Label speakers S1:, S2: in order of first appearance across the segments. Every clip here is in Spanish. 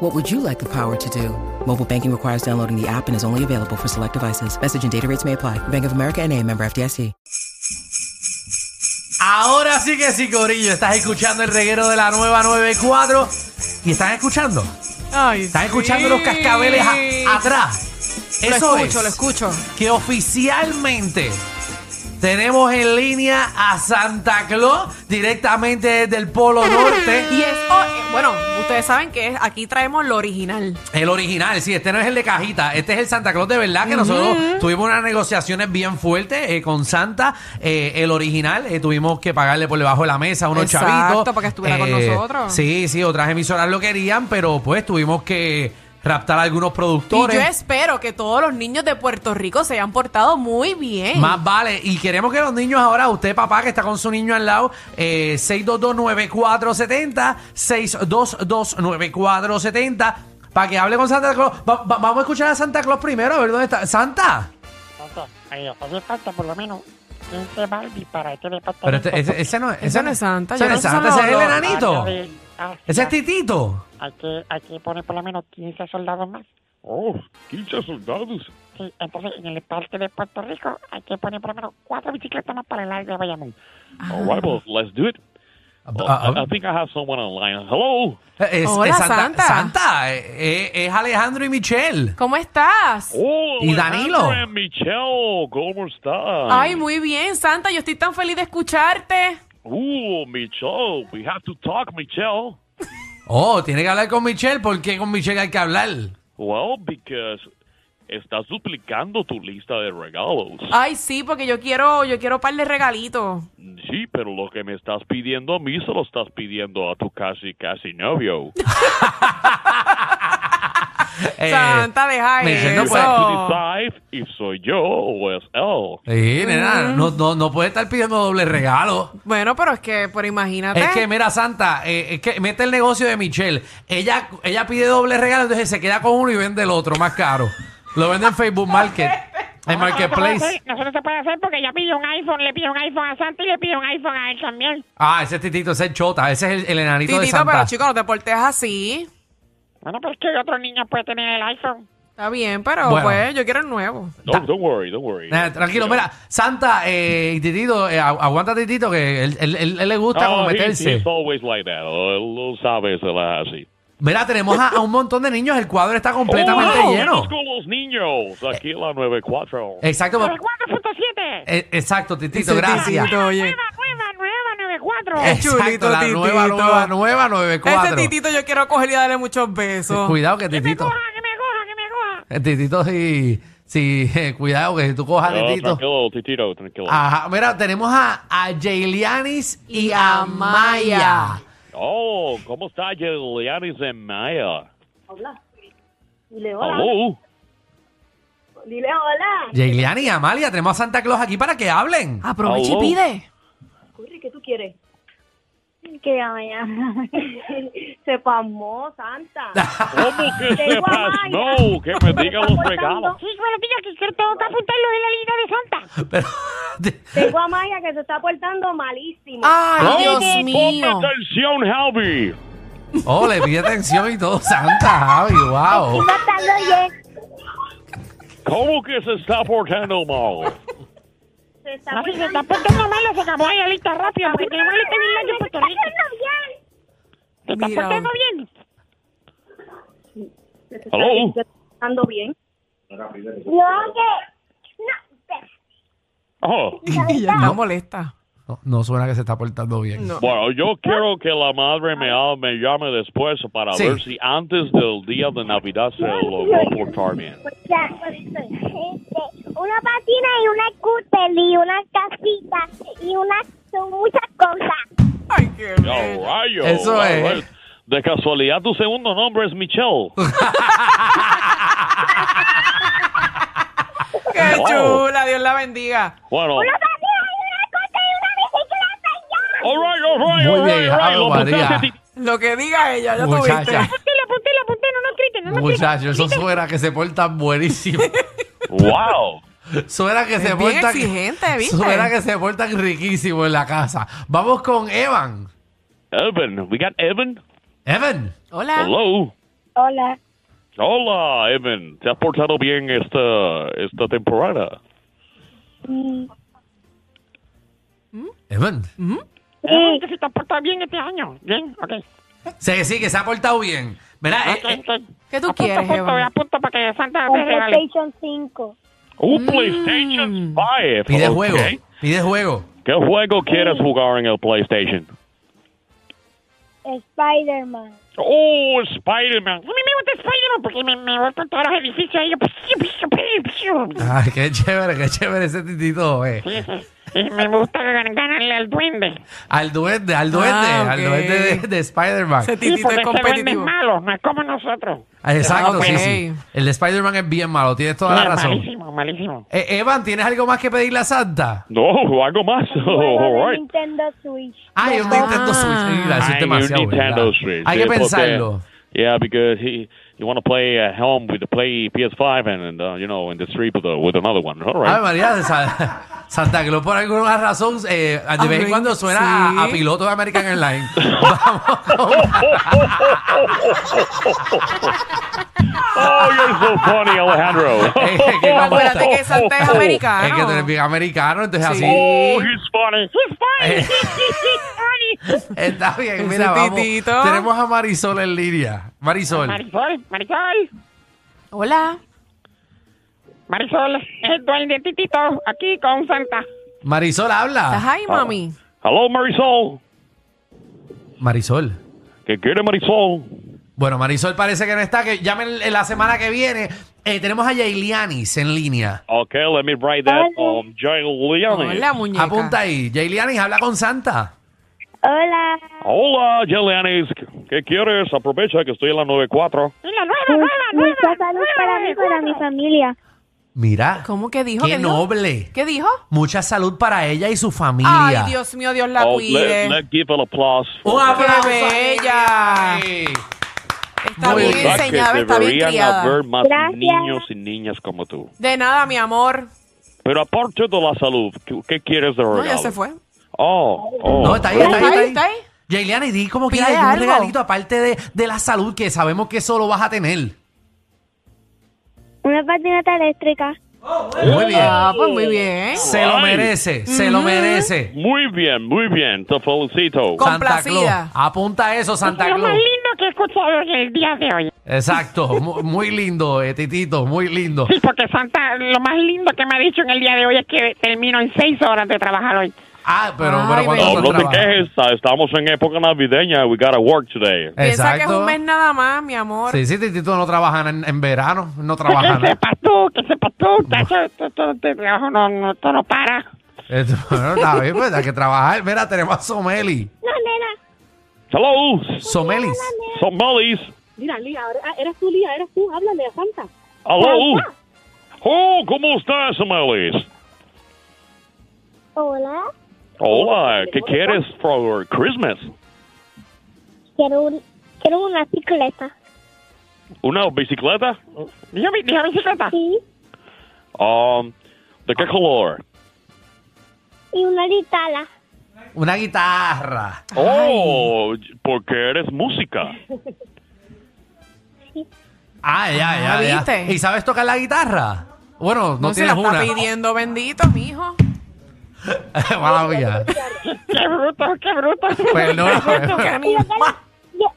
S1: What would you like the power to do? Mobile banking requires downloading the app and is only available for select devices. Message and data rates may apply. Bank of America and a member FDIC.
S2: Ahora sí que sí, Corillo. Estás escuchando el reguero de la nueva 94. ¿Y están escuchando?
S3: Ay,
S2: ¿Están escuchando los cascabeles a- atrás? Eso
S3: lo escucho,
S2: es
S3: lo escucho.
S2: que oficialmente tenemos en línea a Santa Claus directamente desde el Polo Norte.
S3: Y es, oh, eh, bueno, ustedes saben que es- aquí traemos lo original.
S2: El original, sí, este no es el de cajita, este es el Santa Claus de verdad, que nosotros tuvimos unas negociaciones bien fuertes eh, con Santa, eh, el original, eh, tuvimos que pagarle por debajo de la mesa a unos
S3: Exacto,
S2: chavitos. eh,
S3: para que estuviera con nosotros.
S2: Sí, sí, otras emisoras lo querían, pero pues tuvimos que raptar a algunos
S3: Y yo
S2: productores.
S3: espero que todos los niños de Puerto Rico se hayan portado muy bien.
S2: Más vale. Y queremos que los niños ahora, usted papá que está con su niño al lado, eh, 6229470, 6229470, para que hable con Santa Claus. Va- va- vamos a escuchar a Santa Claus primero, a ver dónde está. Santa.
S4: Entonces, ahí nos hace falta por lo menos 15 Barbie para este departamento.
S2: Pero este- ese, ese no,
S3: Ese
S2: ese
S3: no es Santa,
S2: Ese
S3: yo
S2: no
S3: no
S2: es
S3: sé
S2: Santa, ese
S3: si son
S2: es el
S3: los-
S2: enanito.
S4: Ah, sí. Ah,
S2: Ese es
S4: ah,
S2: Titito.
S4: Hay que, hay que poner por lo menos 15 soldados más.
S5: Oh, 15 soldados.
S4: Sí, entonces en el parque de Puerto Rico hay que poner por lo menos 4 bicicletas más para el área de Bayamón.
S5: All right, well, let's do it. Well,
S2: Ah,
S5: I, I think I have someone online. Hello.
S2: es,
S3: Hola,
S2: es Santa.
S3: Santa.
S2: Santa, eh, eh, es Alejandro y Michelle.
S3: ¿Cómo estás?
S5: Oh,
S2: Y Danilo.
S5: Alejandro and Michelle, ¿cómo estás?
S3: Ay, muy bien, Santa. Yo estoy tan feliz de escucharte.
S5: Oh, Michelle, we have to talk, Michelle.
S2: Oh, tiene que hablar con Michelle. ¿Por qué con Michelle hay que hablar?
S5: Well, because estás duplicando tu lista de regalos.
S3: Ay, sí, porque yo quiero, yo quiero par de regalitos.
S5: Sí, pero lo que me estás pidiendo a mí se lo estás pidiendo a tu casi, casi novio.
S2: Eh,
S3: Santa, deja
S2: Michelle no
S3: eso.
S5: You
S2: puede-
S5: have to decide if soy yo o es él.
S2: Sí, nena, no, no, no puede estar pidiendo doble regalo.
S3: Bueno, pero es que, pero imagínate.
S2: Es que, mira, Santa, eh, es que mete el negocio de Michelle. Ella, ella pide doble regalo, entonces se queda con uno y vende el otro más caro. Lo vende en Facebook Market, en Marketplace.
S4: Nosotros se puede hacer porque ya pidió un iPhone, le pidió un iPhone a Santi y le pidió un iPhone a él también.
S2: Ah, ese es Titito, ese es el Chota, ese es el, el enanito de
S3: Titito,
S2: Santa.
S3: pero chico, no te portes así.
S4: Bueno, pero es que otro niño puede tener el iPhone.
S3: Está bien, pero
S2: Bueno.
S3: pues yo quiero el nuevo.
S5: No, don't worry, don't worry.
S2: Eh, tranquilo, mira, Santa eh, y Titito, eh, agu- aguanta Titito, que él, él- él- él le gusta como
S5: No, he-
S2: meterse.
S5: he's always like that. Él lo sabe, se la hace así.
S2: Mira, tenemos a, a un montón de niños, el cuadro está completamente
S5: Oh,
S2: lleno. Eh,
S5: vamos con los niños. Aquí en la 94.
S2: Exacto, pa-
S4: 94.7.
S2: eh, exacto, Titito,
S3: Ese
S2: gracias.
S3: Titito, oye.
S4: Nueva, nueva, nueva 94.
S3: Eh,
S2: Exacto,
S3: chulito,
S2: la
S3: Titito.
S2: nueva, nueva, nueva
S3: Ese
S2: 94.
S3: titito yo quiero coger y darle muchos besos.
S2: Cuidado que
S4: Que me
S2: Titito,
S4: coja, Ah, que me coja, que me coja.
S2: eh, Titito, sí, sí, eh, cuidado que si tú cojas a
S5: No,
S2: Titito.
S5: Oh, tranquilo, Titito, tranquilo.
S2: Ajá, mira, tenemos a, a Jaylianis y a Maya.
S5: Oh, ¿cómo está Giuliani Zemaya?
S6: Hola. Dile hola.
S5: Hello.
S6: Dile hola.
S2: Jaylianis y Amalia, tenemos a Santa Claus aquí para que hablen.
S3: Aprovecha y
S5: Aló.
S3: pide.
S6: Curry, ¿qué tú quieres? Que mañana se pasmó Santa.
S5: ¿Cómo que
S6: Tengo
S5: se
S6: a Maya.
S5: pasó? Que me diga los
S6: Está
S5: regalos.
S4: Sí, bueno, diga que que tengo que apuntarlo en la lista de Santa.
S2: Pero,
S6: Tengo a Maya que se está portando malísimo.
S5: Ah.
S3: Ay,
S5: No,
S3: Dios mío.
S5: Ponme atención, Javi.
S2: oh, le pide atención y todo, Santa, Javi, wow.
S5: ¿Cómo que se está portando mal?
S6: Se está
S4: Así se
S6: portando
S4: está portando mal, se acabó ahí la lista rápido, porque tenemos lista bien larga en Puerto Rico. Se está
S3: Mira.
S4: portando bien.
S6: se está
S5: Hello.
S6: portando bien.
S5: Oh, Oh.
S3: Ella está molesta.
S2: No, no suena que se está portando bien.
S3: No.
S5: Bueno, yo quiero que la madre me, ha- me llame después para
S2: Sí.
S5: ver si antes del día de Navidad se logró portar bien.
S7: pues, este, Una patina y una scooter y una casita y una son muchas cosas.
S3: Ay, qué
S5: Ya,
S3: bello.
S5: rayo.
S2: Eso
S5: A
S2: es.
S5: ver, De casualidad, tu segundo nombre es Michelle.
S3: Qué
S5: Wow.
S3: chula, Dios la bendiga.
S5: Bueno.
S7: Una patina y una scooter y una bicicleta y ya.
S5: All right, all right,
S2: Muy
S5: all right,
S2: bien,
S5: all right.
S2: Ave
S5: Lo
S2: María.
S5: pensaste, ti-
S3: Lo que diga ella, ya tuviste.
S2: Muchacha,
S4: Puntila, puntila, puntila, no nos griten, no nos griten.
S2: muchachos, eso suena que se portan buenísimo.
S5: Wow.
S2: Suena que
S3: Es
S2: se
S3: bien
S2: portan.
S3: exigente, ¿viste?
S2: Suena que se portan riquísimo en la casa. Vamos con Evan.
S5: Evan, we got Evan.
S2: Evan.
S7: Ah.
S3: Hola.
S5: Hello.
S6: Hola.
S5: Hola, Evan. ¿Te has portado bien esta, esta temporada?
S2: Evan.
S7: ¿Eh?
S4: Ah, que se te porta bien este año. Bien, ok.
S2: Sí, sí, que se ha portado bien. ¿Verdad?
S4: Ok,
S2: Eh, eh,
S4: ok.
S3: ¿Qué tú
S4: Apunto,
S3: quieres,
S4: apunto,
S3: Evan?
S4: apunto para que Santa
S6: Un
S4: te regale.
S6: PlayStation 5.
S2: Mm.
S5: Un Oh, PlayStation 5.
S2: pide
S5: ok.
S2: juego. Pide juego.
S5: ¿Qué juego quieres jugar en el PlayStation?
S6: Spider-Man.
S5: Oh, Spider-Man.
S4: A mí me gusta Spider-Man porque me, me voy por todos los edificios y yo... pues, psiu, psiu, psiu, psiu.
S2: Ay, qué chévere, qué chévere ese titito. eh.
S4: Sí, sí. Y me gusta gan- ganarle al duende.
S2: Al duende, al duende,
S3: Ah,
S2: al
S3: ok.
S2: duende de, de Spider-Man.
S3: Ese
S4: Sí,
S3: titito
S4: porque
S3: es
S4: ese duende es
S3: competitivo.
S4: malo, no es como nosotros.
S2: Ah, Exacto,
S3: Ah, ok.
S2: sí, sí. El de Spider-Man es bien malo, tienes toda la
S4: No,
S2: razón.
S4: malísimo, malísimo.
S2: Eh, Evan, ¿tienes algo más que pedirle a Santa?
S5: No, algo más.
S6: Juego
S5: All
S6: de
S5: right.
S6: Nintendo Switch.
S2: Ay, un Nintendo Switch. Ay, la- eso es
S5: Ay,
S2: demasiado,
S5: un Nintendo
S2: ¿verdad?
S5: Switch.
S2: Hay
S5: Sí,
S2: que
S5: porque-
S2: pensarlo.
S5: Yeah, because he you want to play at home with the play PS5 and, and uh, you know in the street with, the, with another one. All right.
S2: Ay, María, de Sa- Santa Claus por alguna razón eh, de vez en
S3: Ay,
S2: cuando suena
S3: sí.
S2: a, a piloto de American Airlines. Vamos con-
S5: Oh, you're so funny, Alejandro.
S2: Eh, ¿qué
S3: Pero Acuérdate
S2: cosa?
S3: que Santa es
S2: Es que tú eres
S3: americano.
S2: bien americano, entonces
S3: Sí.
S2: así.
S5: Oh, he's funny.
S4: He's funny,
S2: Eh.
S4: he's- he's- he's funny.
S2: Está bien,
S3: Ese
S2: mira, vamos.
S3: titito.
S2: Tenemos a Marisol en línea. Marisol.
S4: Marisol, Marisol,
S3: Hola.
S4: Marisol, es el duende titito aquí con Santa.
S2: Marisol,
S3: ¿Estás
S2: habla.
S3: ahí,
S5: Ah.
S3: mami?
S5: Hello, Marisol.
S2: Marisol.
S5: ¿Qué quiere Marisol?
S2: Bueno, Marisol parece que no está, que llamen en la semana que viene. Eh, tenemos a Yailianis en línea.
S5: Okay, let me write that um, Giuliani.
S3: Hola, muñeca.
S2: Apunta ahí. Yailianis, habla con Santa.
S6: Hola.
S5: Hola, Giuliani. ¿Qué quieres? Aprovecha que estoy en la 94.
S4: Y la nueva, nueva, nueva.
S6: Mucha salud para mí, para mi familia.
S2: Mira.
S3: ¿Cómo que dijo?
S2: Qué
S3: ¿Qué dijo?
S2: noble.
S3: ¿Qué dijo?
S2: Mucha salud para ella y su familia.
S3: Ay, Dios mío, Dios la
S5: oh,
S3: cuide.
S5: let, let's give an applause.
S2: Un aplauso.
S3: Qué
S2: a
S3: bella.
S2: Yailianis.
S3: Está
S2: Muy
S3: bien
S2: bien.
S3: enseñada,
S5: que
S3: está bien
S5: deberían
S3: criada.
S5: haber más
S6: Gracias.
S5: niños y niñas como tú.
S3: De nada, mi amor.
S5: Pero aparte de la salud, ¿qué, qué quieres de regalo?
S3: No, ya se fue.
S5: Oh, oh.
S2: No, está ahí, está ahí,
S3: Está ahí,
S2: está
S3: está
S2: ahí.
S3: ahí.
S2: Yailianis, di como que
S3: Pide
S2: hay un
S3: algo.
S2: regalito aparte de, de la salud que sabemos que eso lo vas a tener.
S6: Una patineta eléctrica.
S2: Muy bien.
S3: Ah, pues muy bien.
S2: Se lo merece, se lo merece.
S5: Muy bien, muy bien. Te felicito.
S3: Co-
S2: Santa Claus.
S3: Complacida.
S2: Apunta eso, Santa
S4: Lo más
S2: Claus.
S4: lindo que he escuchado en el día de hoy.
S2: Exacto. Mu- Muy lindo, eh, Titito, muy lindo.
S4: Sí, porque Santa, lo más lindo que me ha dicho en el día de hoy es que termino en seis horas de trabajar hoy.
S2: Ah, pero,
S3: Ay,
S2: pero cuando son
S3: bebé.
S5: No, no te
S2: trabajo.
S5: quejes. Ah, Estamos en época navideña. We gotta work today.
S3: Piensa que es
S2: Exacto.
S3: un mes nada más, mi amor.
S2: Sí, sí, Titito no trabaja en, en verano, no trabaja
S4: Que
S2: nada.
S4: sepas tú, que sepas tú, que eso, esto- esto de trabajo no, no, esto no para.
S2: Esto- Bueno, está bien, pues hay que trabajar. Mira, tenemos a Someli.
S6: No, nena.
S5: Hello,
S2: Somelis.
S5: Somalis.
S6: Mira, Lía, ahora ah, eras tú, Lía, eras tú. Háblale a Santa.
S5: Hello. Oh, ¿cómo estás, Somalis?
S7: Hola,
S5: Hola, ¿qué quieres for Christmas?
S7: quiero, un- quiero una bicicleta.
S5: ¿Una bicicleta?
S4: Dijo, mi- dijo
S5: Ah.
S4: bicicleta.
S7: Sí,
S5: Um, ¿De qué color?
S7: y una guitarra.
S2: Una guitarra.
S5: Oh, porque eres música.
S2: Ah, ya, ya,
S3: Ah,
S2: ya.
S3: ¿viste?
S2: ¿Y sabes tocar la guitarra? Bueno, no,
S3: No se la
S2: tienes
S3: está
S2: una.
S3: pidiendo, bendito, mijo.
S2: Mala mía. Pues
S4: Qué bruto, qué bruto.
S3: Qué
S2: Perdón.
S7: Y yo
S3: animal.
S7: quiero, yo,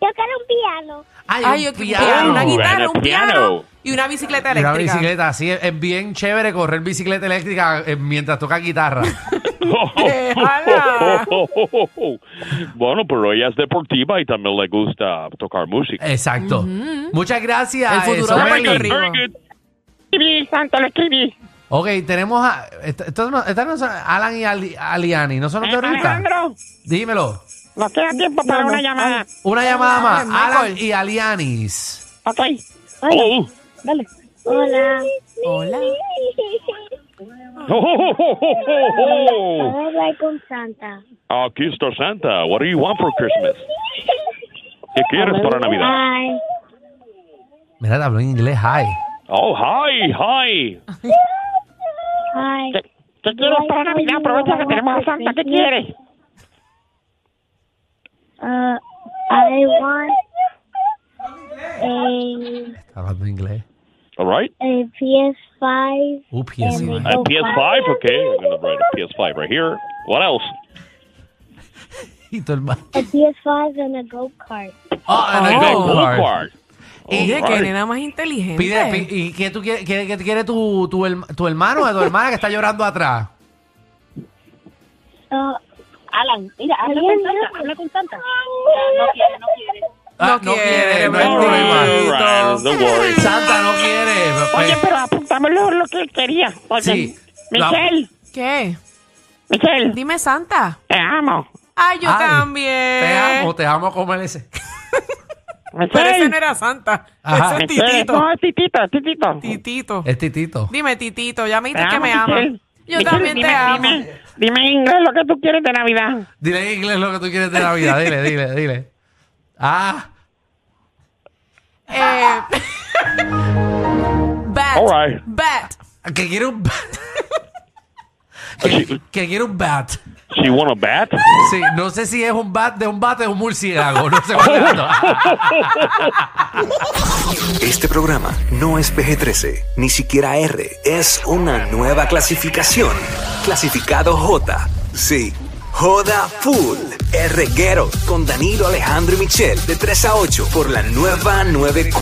S7: yo quiero un piano.
S3: Ay,
S2: Ay,
S3: yo
S2: un
S3: quiero
S2: piano.
S3: una
S5: Bueno,
S3: guitarra, un
S5: piano.
S3: piano y una bicicleta
S2: Y Una
S3: eléctrica.
S2: bicicleta, sí, es, es bien chévere correr bicicleta eléctrica eh, mientras toca guitarra.
S3: Déjala.
S5: bueno, pero ella es deportiva y también le gusta tocar música.
S2: Exacto. Muchas gracias.
S3: El futuro de
S2: Soeli.
S3: Puerto Rico.
S5: Very good.
S4: Escribí, santo, lo escribí.
S2: Ok, tenemos a. esta- estas no- estas no son- Alan y Ali- Aliani, ¿no son los de ahorita?
S4: Alejandro,
S2: Dímelo.
S4: nos queda tiempo para una llamada.
S2: Una llamada más.
S3: Michael.
S2: Alan y Alianis.
S4: Ok,
S5: Oh,
S4: dale.
S7: Hola.
S3: Hola.
S5: oh, oh, oh, oh, oh, oh.
S7: Voy a hablar con Santa.
S5: Aquí está Santa. What do you want for Christmas? ¿Qué quieres para Navidad?
S7: Ay,
S2: Mira, te habló en inglés. Hi.
S5: Oh, hi, hi.
S7: ay.
S4: ¿Qué, qué quieres para Navidad? Aprovecha que tenemos a Santa. ¿Qué quieres?
S7: Uh, I want a,
S2: Está hablando en inglés.
S5: All right.
S7: a PS5.
S2: Uh,
S3: Oh,
S2: PS5.
S5: A PS5, okay. I'm going to write a PS5 right here. What else?
S2: Y tu hermano.
S7: A PS5 and a go kart.
S2: Oh, and a
S3: Oh.
S2: gold
S5: Gold
S2: card.
S5: card.
S3: Oye,
S5: All
S3: qué
S5: right.
S3: nena más inteligente.
S2: Pide, pi- ¿Y qué tú quieres? ¿Qué, qué quiere tu, tu, herma- tu hermano o tu hermana que está llorando atrás?
S7: Uh,
S4: Alan, mira, habla con Santa. Habla con Santa. No quiere, no quiere.
S2: Ah,
S3: No quiere,
S2: no hay
S3: bendito.
S2: problema.
S5: All right, don't worry.
S2: Santa no quiere.
S4: Oye,
S2: Pues,
S4: pero apuntamos lo, lo que quería. Porque
S2: Sí.
S4: Michelle,
S3: ¿Qué?
S4: Michelle,
S3: Dime, Santa.
S4: te amo.
S3: Ay, yo
S2: ay,
S3: también.
S2: Te amo, te amo a comer ese.
S3: Pero ese no
S4: Michelle,
S3: era Santa.
S2: Ajá. Eh.
S3: Ese es
S4: Michelle,
S3: Titito.
S4: no, titito, titito.
S3: Titito.
S2: Es Titito.
S3: Dime, Titito, ya me
S4: Te
S3: dijiste que
S4: amo,
S3: me ama.
S4: Michelle.
S3: Yo
S4: Michelle,
S3: también te
S4: dime,
S3: amo.
S4: Dime, dime en inglés lo que tú quieres de Navidad.
S2: Dile en inglés lo que tú quieres de Navidad. Dile, dile, dile. Ah,
S3: Eh, bat.
S5: All right.
S3: Bat.
S2: que quiere un bat.
S5: She,
S2: Que quiere un bat.
S5: she won a bat?
S2: Sí, no sé si es un bat de un bate o un murciélago. No sé cuál es.
S8: Este programa no es PG-13, ni siquiera R. Es una nueva clasificación. Clasificado J. Sí. Joda Full. R. Guerrero con Danilo Alejandro y Michel de 3 a 8 por la nueva 9.